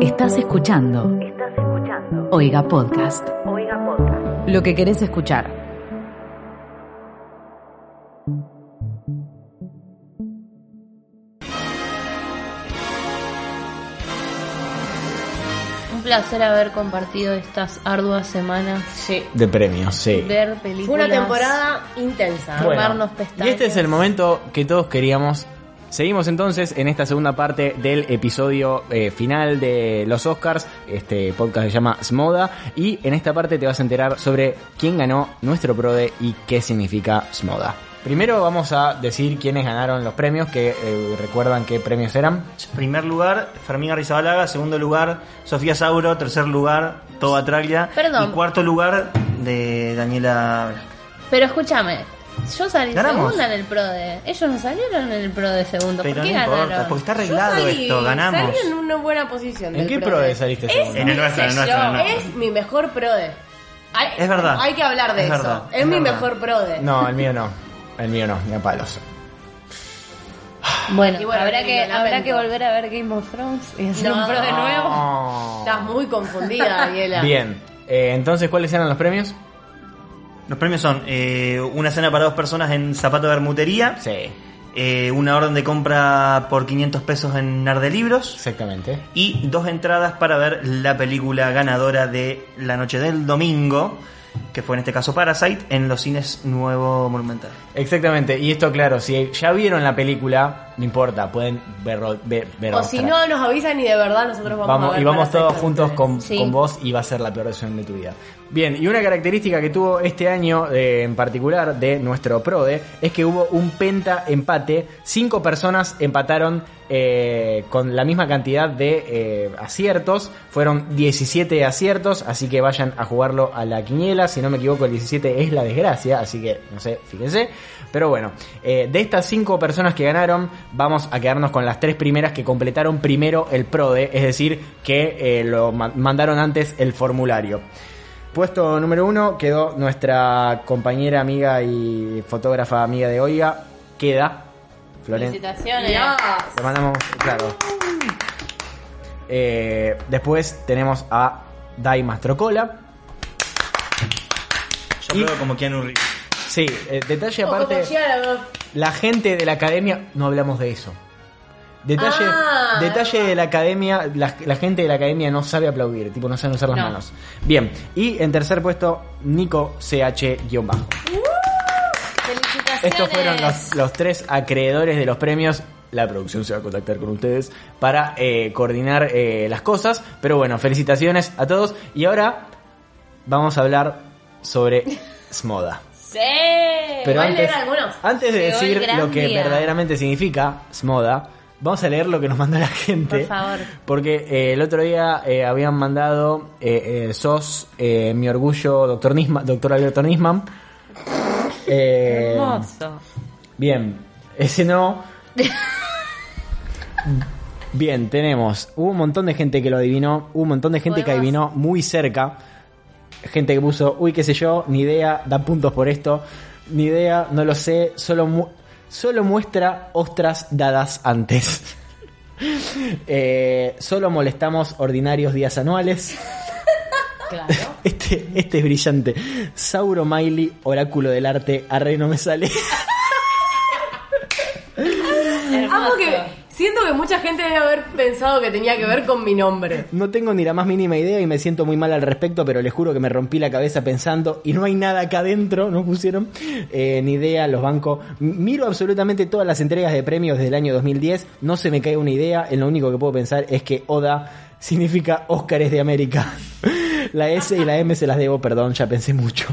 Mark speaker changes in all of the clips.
Speaker 1: Estás escuchando. Estás escuchando. Oiga Podcast. Oiga Podcast. Lo que querés escuchar.
Speaker 2: Un placer haber compartido estas arduas semanas.
Speaker 3: Sí.
Speaker 4: De premios, sí.
Speaker 2: Ver películas.
Speaker 3: Fue una temporada intensa.
Speaker 2: Bueno.
Speaker 3: Armar-
Speaker 2: Armarnos pestañas.
Speaker 4: y este es el momento que todos queríamos. Seguimos entonces en esta segunda parte del episodio eh, final de los Oscars. Este podcast se llama Smoda. Y en esta parte te vas a enterar sobre quién ganó nuestro PRODE y qué significa Smoda. Primero vamos a decir quiénes ganaron los premios, que eh, recuerdan qué premios eran.
Speaker 5: Primer lugar, Fermín Arrizabalaga. Segundo lugar, Sofía Sauro. Tercer lugar, Toba Traglia.
Speaker 2: Perdón.
Speaker 5: Y cuarto lugar, de Daniela.
Speaker 2: Pero escúchame, yo salí
Speaker 5: Ganamos.
Speaker 2: segunda en el PRODE. Ellos no salieron en el PRODE segundo.
Speaker 5: Pero
Speaker 2: ¿Por
Speaker 5: no
Speaker 2: qué
Speaker 5: importa,
Speaker 2: ganaron?
Speaker 5: porque está arreglado esto. Ganamos.
Speaker 3: Salí en una buena posición.
Speaker 4: ¿En
Speaker 3: del
Speaker 4: qué PRODE saliste segundo?
Speaker 5: En el nuestro, en el nuestro, en el nuestro.
Speaker 3: Es mi mejor prode. Hay-
Speaker 5: Es verdad.
Speaker 3: Hay que hablar de
Speaker 5: Es
Speaker 3: eso.
Speaker 5: verdad,
Speaker 3: Es,
Speaker 5: es
Speaker 3: mi
Speaker 5: verdad.
Speaker 3: mejor prode.
Speaker 4: No, el mío no. El mío no, ni a palos.
Speaker 2: Bueno,
Speaker 3: Y bueno,
Speaker 2: habrá,
Speaker 3: lo
Speaker 2: que,
Speaker 3: lamento.
Speaker 2: habrá que volver a ver Game of Thrones y hacer
Speaker 3: No.
Speaker 2: un PRODE nuevo.
Speaker 4: Oh.
Speaker 3: Estás muy confundida, Daniela.
Speaker 4: Bien. Eh, entonces, ¿cuáles eran los premios?
Speaker 5: Los premios son eh, una cena para dos personas en Zapato de Bermutería.
Speaker 4: Sí,
Speaker 5: eh, una orden de compra por 500 pesos en Narde Libros.
Speaker 4: exactamente.
Speaker 5: Y dos entradas para ver la película ganadora de la noche del domingo, que fue en este caso Parasite, en los cines Nuevo Monumental.
Speaker 4: Exactamente, y esto claro, si ya vieron la película, no importa, pueden verlo, ver, ver
Speaker 3: O
Speaker 4: otra.
Speaker 3: si no, nos avisan y de verdad nosotros vamos, a
Speaker 4: Vamos,
Speaker 3: ver
Speaker 4: y vamos
Speaker 3: Parasite
Speaker 4: todos
Speaker 3: con
Speaker 4: juntos
Speaker 3: ustedes.
Speaker 4: con,
Speaker 2: Sí.
Speaker 4: con vos y va a ser la peor decisión de tu vida. Bien, y una característica que tuvo este año eh, en particular de nuestro PRODE es que hubo un penta empate. Cinco personas empataron eh, con la misma cantidad de eh, aciertos. Fueron 17 aciertos, así que vayan a jugarlo a la quiniela. Si no me equivoco, el 17 es la desgracia, así que no sé, fíjense. Pero bueno, eh, de estas cinco personas que ganaron, vamos a quedarnos con las tres primeras que completaron primero el PRODE, es decir, que eh, lo ma- mandaron antes el formulario. Puesto número uno quedó nuestra compañera, amiga y fotógrafa amiga de Oiga, queda Florencia.
Speaker 2: Felicitaciones.
Speaker 3: Mirá.
Speaker 4: Le mandamos, claro. Eh, después tenemos a Dai Mastrocola.
Speaker 5: Yo
Speaker 4: Y-
Speaker 5: creo como Keanu Reeves.
Speaker 4: Sí, eh, detalle
Speaker 3: O como
Speaker 4: aparte.
Speaker 3: Chiara,
Speaker 4: La gente de la academia, no hablamos de eso. Detalle,
Speaker 3: Ah,
Speaker 4: detalle de la academia, la, la gente de la academia no sabe aplaudir, tipo no sabe usar las
Speaker 2: No.
Speaker 4: manos. Bien, y en tercer puesto, Nico CH-bajo.
Speaker 2: Felicitaciones.
Speaker 4: Estos fueron los, los tres acreedores de los premios. La producción se va a contactar con ustedes para eh, coordinar eh, las cosas. Pero bueno, felicitaciones a todos. Y ahora vamos a hablar sobre Smoda.
Speaker 2: Sí.
Speaker 4: Pero
Speaker 3: Voy a leer
Speaker 4: antes,
Speaker 3: algunos.
Speaker 4: antes de
Speaker 2: Llegó el
Speaker 4: decir
Speaker 2: gran
Speaker 4: lo que
Speaker 2: día.
Speaker 4: verdaderamente significa Smoda, vamos a leer lo que nos mandó la gente.
Speaker 2: Por favor.
Speaker 4: Porque eh, el otro día eh, habían mandado eh, eh, Sos, eh, mi orgullo, doctor, Nisma, doctor Alberto Nisman. Eh,
Speaker 2: Hermoso.
Speaker 4: bien, ese no. Bien, tenemos. Hubo un montón de gente que lo adivinó, hubo un montón de gente que
Speaker 2: Podemos-
Speaker 4: adivinó muy cerca. Gente que puso, uy, qué sé yo, ni idea, dan puntos por esto, ni idea, no lo sé, solo, mu- solo muestra ostras dadas antes. Eh, solo molestamos ordinarios días anuales.
Speaker 2: Claro.
Speaker 4: Este, este es brillante. Sauro Miley, oráculo del arte, arre no me sale.
Speaker 3: Amo
Speaker 2: Hermoso.
Speaker 3: que siento que mucha gente debe haber pensado que tenía que ver con mi nombre.
Speaker 4: No tengo ni la más mínima idea y me siento muy mal al respecto, pero les juro que me rompí la cabeza pensando y no hay nada acá adentro, no pusieron eh, ni idea los bancos. M- Miro absolutamente todas las entregas de premios del año 2010, no se me cae una idea, en lo único que puedo pensar es que ODA significa Óscares de América. La S y la M se las debo, perdón, ya pensé mucho.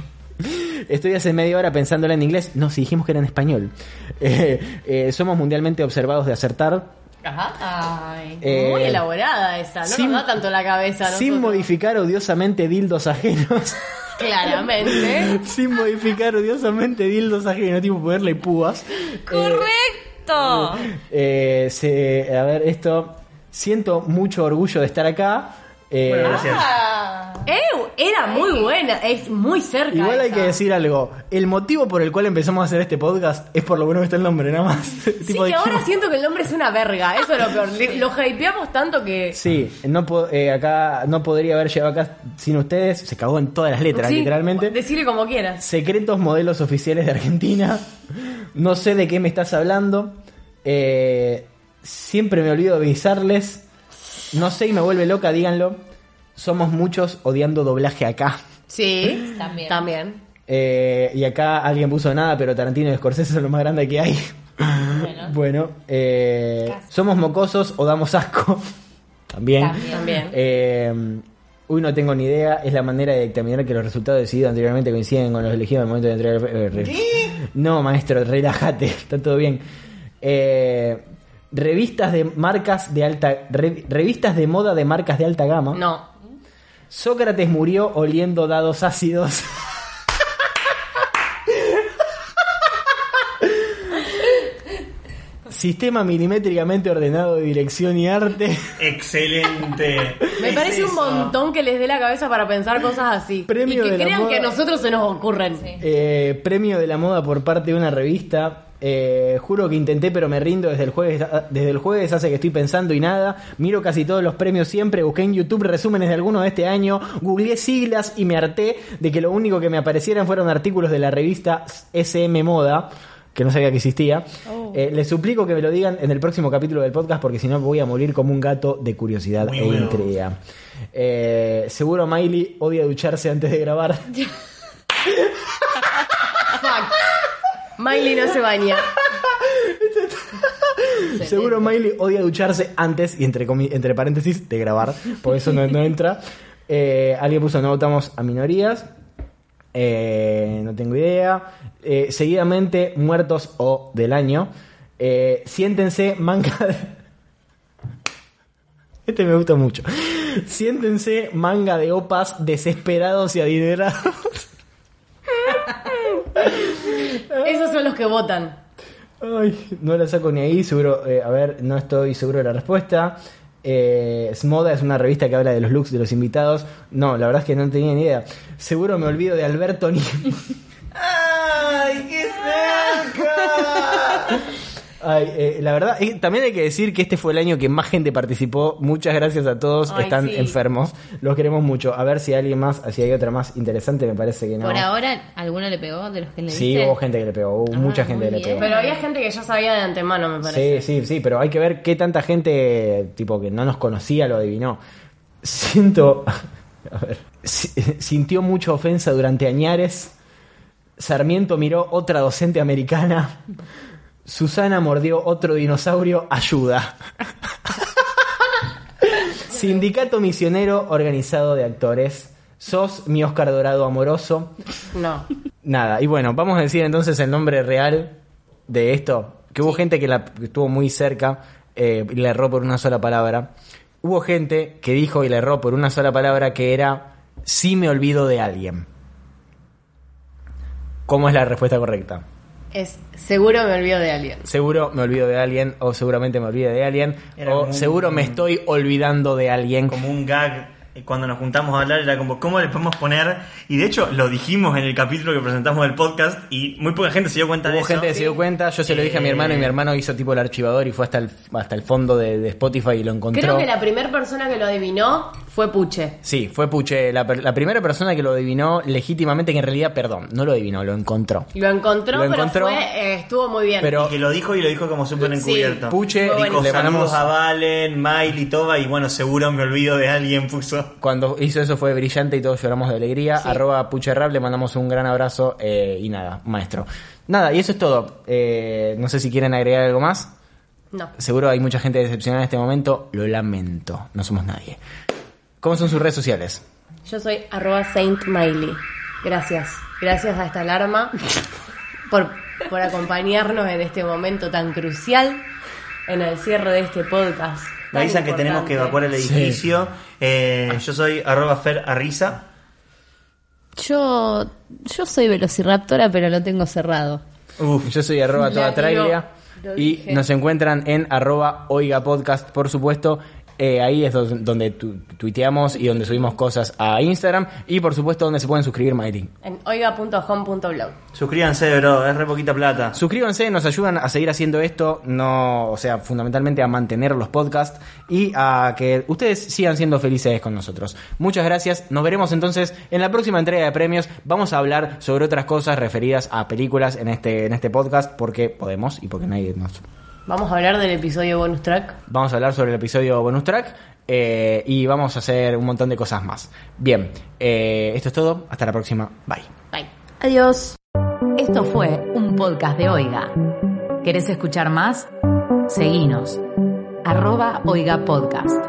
Speaker 4: Estoy hace media hora pensándola en inglés. No, si dijimos que era en español. Eh, eh, somos mundialmente observados de acertar.
Speaker 2: Ajá. Ay.
Speaker 4: Eh,
Speaker 3: Muy elaborada esa, no
Speaker 4: sin-
Speaker 3: nos da tanto la cabeza. a
Speaker 4: sin
Speaker 3: nosotros.
Speaker 4: modificar odiosamente dildos ajenos.
Speaker 3: Claramente.
Speaker 4: sin modificar odiosamente dildos ajenos, tipo poderle púas.
Speaker 2: Correcto.
Speaker 4: Eh, se- a ver, esto. Siento mucho orgullo de estar acá. Eh,
Speaker 5: Bueno, gracias.
Speaker 2: Ah.
Speaker 3: Eh, ¡Ew! Era muy buena, es muy cerca.
Speaker 4: Igual hay
Speaker 3: esa.
Speaker 4: que decir algo. El motivo por el cual empezamos a hacer este podcast es por lo bueno que está el nombre, nada más.
Speaker 3: Sí,
Speaker 4: Tipo,
Speaker 3: que ahora
Speaker 4: dijimos-
Speaker 3: siento que el nombre es una verga, eso es lo peor. Le- Lo hypeamos tanto que.
Speaker 4: Sí, no po- eh, acá no podría haber llegado acá sin ustedes. Se cagó en todas las letras,
Speaker 3: Sí,
Speaker 4: literalmente.
Speaker 3: Decirle como quieras.
Speaker 4: Secretos modelos oficiales de Argentina. No sé de qué me estás hablando. Eh, siempre me olvido de avisarles. No sé y me vuelve loca, díganlo. Somos muchos odiando doblaje acá.
Speaker 3: Sí.
Speaker 2: También.
Speaker 3: También.
Speaker 4: Eh, y acá alguien puso nada, pero Tarantino y Scorsese son lo más grande que hay.
Speaker 2: Bueno.
Speaker 4: Bueno, eh, somos mocosos o damos asco. También.
Speaker 2: También.
Speaker 3: También.
Speaker 4: Eh, uy, no tengo ni idea. Es la manera de determinar que los resultados decididos anteriormente coinciden con los elegidos al momento de entregar. eh, re- No, maestro, relájate. Está todo bien. Eh, revistas de marcas de alta. re- revistas de moda de marcas de alta gama.
Speaker 3: No.
Speaker 4: Sócrates murió oliendo dados ácidos. Sistema milimétricamente ordenado de dirección y arte.
Speaker 5: Excelente.
Speaker 3: Me
Speaker 5: Es
Speaker 3: parece un
Speaker 5: eso.
Speaker 3: montón que les dé la cabeza para pensar cosas así.
Speaker 4: Premio
Speaker 3: y que
Speaker 4: de la
Speaker 3: crean
Speaker 4: moda.
Speaker 3: que a nosotros se nos ocurren.
Speaker 4: Eh, premio de la moda por parte de una revista. Eh, juro que intenté, pero me rindo desde el jueves. Desde el jueves hace que estoy pensando y nada. Miro casi todos los premios siempre. Busqué en YouTube resúmenes de algunos de este año. Googleé siglas y me harté de que lo único que me aparecieran fueron artículos de la revista SM Moda. Que no sabía que existía. Eh, les suplico que me lo digan en el próximo capítulo del podcast, porque si no voy a morir como un gato de curiosidad
Speaker 5: Muy
Speaker 4: e
Speaker 5: bueno.
Speaker 4: intriga. Eh, seguro Miley odia ducharse antes de grabar.
Speaker 3: Fuck. Miley no se baña.
Speaker 4: Seguro Miley odia ducharse antes y entre, comi- entre paréntesis de grabar, por eso no, no entra. Eh, alguien puso no votamos a minorías. Eh, no tengo idea. Eh, seguidamente, muertos o del año. Eh, siéntense, manga. de- Este me gusta mucho. Siéntense, manga de opas, desesperados y adinerados.
Speaker 3: Esos son los que votan.
Speaker 4: Ay, no la saco ni ahí, seguro. eh, a ver, no estoy seguro de la respuesta. Eh, Smoda es una revista que habla de los looks de los invitados. No, la verdad es que no tenía ni idea. Seguro me olvido de Alberto ni.
Speaker 5: ¡Ay, qué cerca!
Speaker 4: Ay, eh, la verdad, eh, también hay que decir que este fue el año que más gente participó. Muchas gracias a todos,
Speaker 3: Ay,
Speaker 4: están
Speaker 3: sí.
Speaker 4: enfermos. Los queremos mucho. A ver si hay alguien más, si hay otra más interesante, me parece que no.
Speaker 2: Por ahora, ¿alguno le pegó de los que le
Speaker 4: sí,
Speaker 2: diste?
Speaker 4: hubo gente que le pegó, hubo mucha
Speaker 2: muy
Speaker 4: gente que le
Speaker 2: bien.
Speaker 4: pegó.
Speaker 3: Pero había gente que ya sabía de antemano, me parece.
Speaker 4: Sí, sí, sí, pero hay que ver qué tanta gente, tipo, que no nos conocía, lo adivinó. Siento. A ver. si- Sintió mucha ofensa durante Añares. Sarmiento miró otra docente americana. Susana mordió otro dinosaurio. Ayuda. Sindicato Misionero Organizado de Actores. Sos mi Oscar Dorado amoroso.
Speaker 3: No.
Speaker 4: Nada, y bueno, vamos a decir entonces el nombre real de esto. Que hubo gente que la que estuvo muy cerca eh, y la erró por una sola palabra. Hubo gente que dijo y la erró por una sola palabra que era si me olvido de alguien. ¿Cómo es la respuesta correcta?
Speaker 3: Es seguro me olvido de alguien.
Speaker 4: Seguro me olvido de alguien, o seguramente me olvidé de alguien,
Speaker 5: Era
Speaker 4: o
Speaker 5: como un-
Speaker 4: seguro me estoy olvidando de alguien.
Speaker 5: Como un gag. eh, Cuando nos juntamos a hablar era como, ¿cómo le podemos poner? Y de hecho lo dijimos en el capítulo que presentamos del podcast y muy poca gente se dio cuenta de
Speaker 4: Hubo
Speaker 5: eso.
Speaker 4: gente que se dio cuenta, yo se lo dije a mi hermano y mi
Speaker 5: Eh.
Speaker 4: hermano hizo tipo el archivador y fue hasta el, hasta el fondo de, de Spotify y lo encontró.
Speaker 3: Creo que la primera persona que lo adivinó fue Puche.
Speaker 4: Sí, fue Puche, la, per- la primera persona que lo adivinó legítimamente, que en realidad, perdón, no lo adivinó, lo encontró.
Speaker 3: Lo encontró,
Speaker 4: Lo encontró,
Speaker 3: pero fue, eh, estuvo muy bien.
Speaker 4: pero-
Speaker 5: Y que lo dijo y lo dijo como súper encubierto.
Speaker 4: Puche,
Speaker 5: Dijo,
Speaker 4: bueno, le mandamos-
Speaker 5: saludos a Valen, Miley, Toba y bueno, seguro me olvido de alguien, puso.
Speaker 4: Cuando hizo eso fue brillante y todos lloramos de alegría. Arroba Pucherrap, le mandamos un gran abrazo eh, y nada, maestro. Nada, y eso es todo. Eh, no sé si quieren agregar algo más.
Speaker 3: No.
Speaker 4: Seguro hay mucha gente decepcionada en este momento. Lo lamento, no somos nadie. ¿Cómo son sus redes sociales?
Speaker 3: Yo soy arroba Saint Miley. Gracias. Gracias a esta alarma por, por acompañarnos en este momento tan crucial en el cierre de este podcast.
Speaker 5: Me
Speaker 3: tan
Speaker 5: avisan que tenemos
Speaker 3: importante.
Speaker 5: que evacuar el
Speaker 4: Sí.
Speaker 5: edificio. Eh, yo soy arroba Fer Arriza.
Speaker 2: Yo, yo soy velociraptora, pero lo tengo cerrado.
Speaker 5: Uf,
Speaker 4: Yo soy arroba toda
Speaker 3: Latino,
Speaker 4: trailia
Speaker 3: lo
Speaker 4: y
Speaker 3: dije.
Speaker 4: nos encuentran en arroba oiga podcast, por supuesto. Eh, ahí es dos- donde tu- tuiteamos y donde subimos cosas a Instagram. Y por supuesto, donde se pueden suscribir, Miley.
Speaker 3: En oiga.home.blog.
Speaker 5: Suscríbanse, bro, es re poquita plata.
Speaker 4: Suscríbanse, nos ayudan a seguir haciendo esto, no, o sea, fundamentalmente a mantener los podcasts y a que ustedes sigan siendo felices con nosotros. Muchas gracias, nos veremos entonces en la próxima entrega de premios. Vamos a hablar sobre otras cosas referidas a películas en este, en este podcast porque podemos y porque nadie nos...
Speaker 3: Vamos a hablar del episodio bonus track.
Speaker 4: Vamos a hablar sobre el episodio bonus track eh, y vamos a hacer un montón de cosas más. Bien, eh, esto es todo, hasta la próxima, bye.
Speaker 3: Bye.
Speaker 2: Adiós.
Speaker 1: Esto fue un podcast de Oiga. ¿Querés escuchar más? Seguinos. Arroba Oiga Podcast.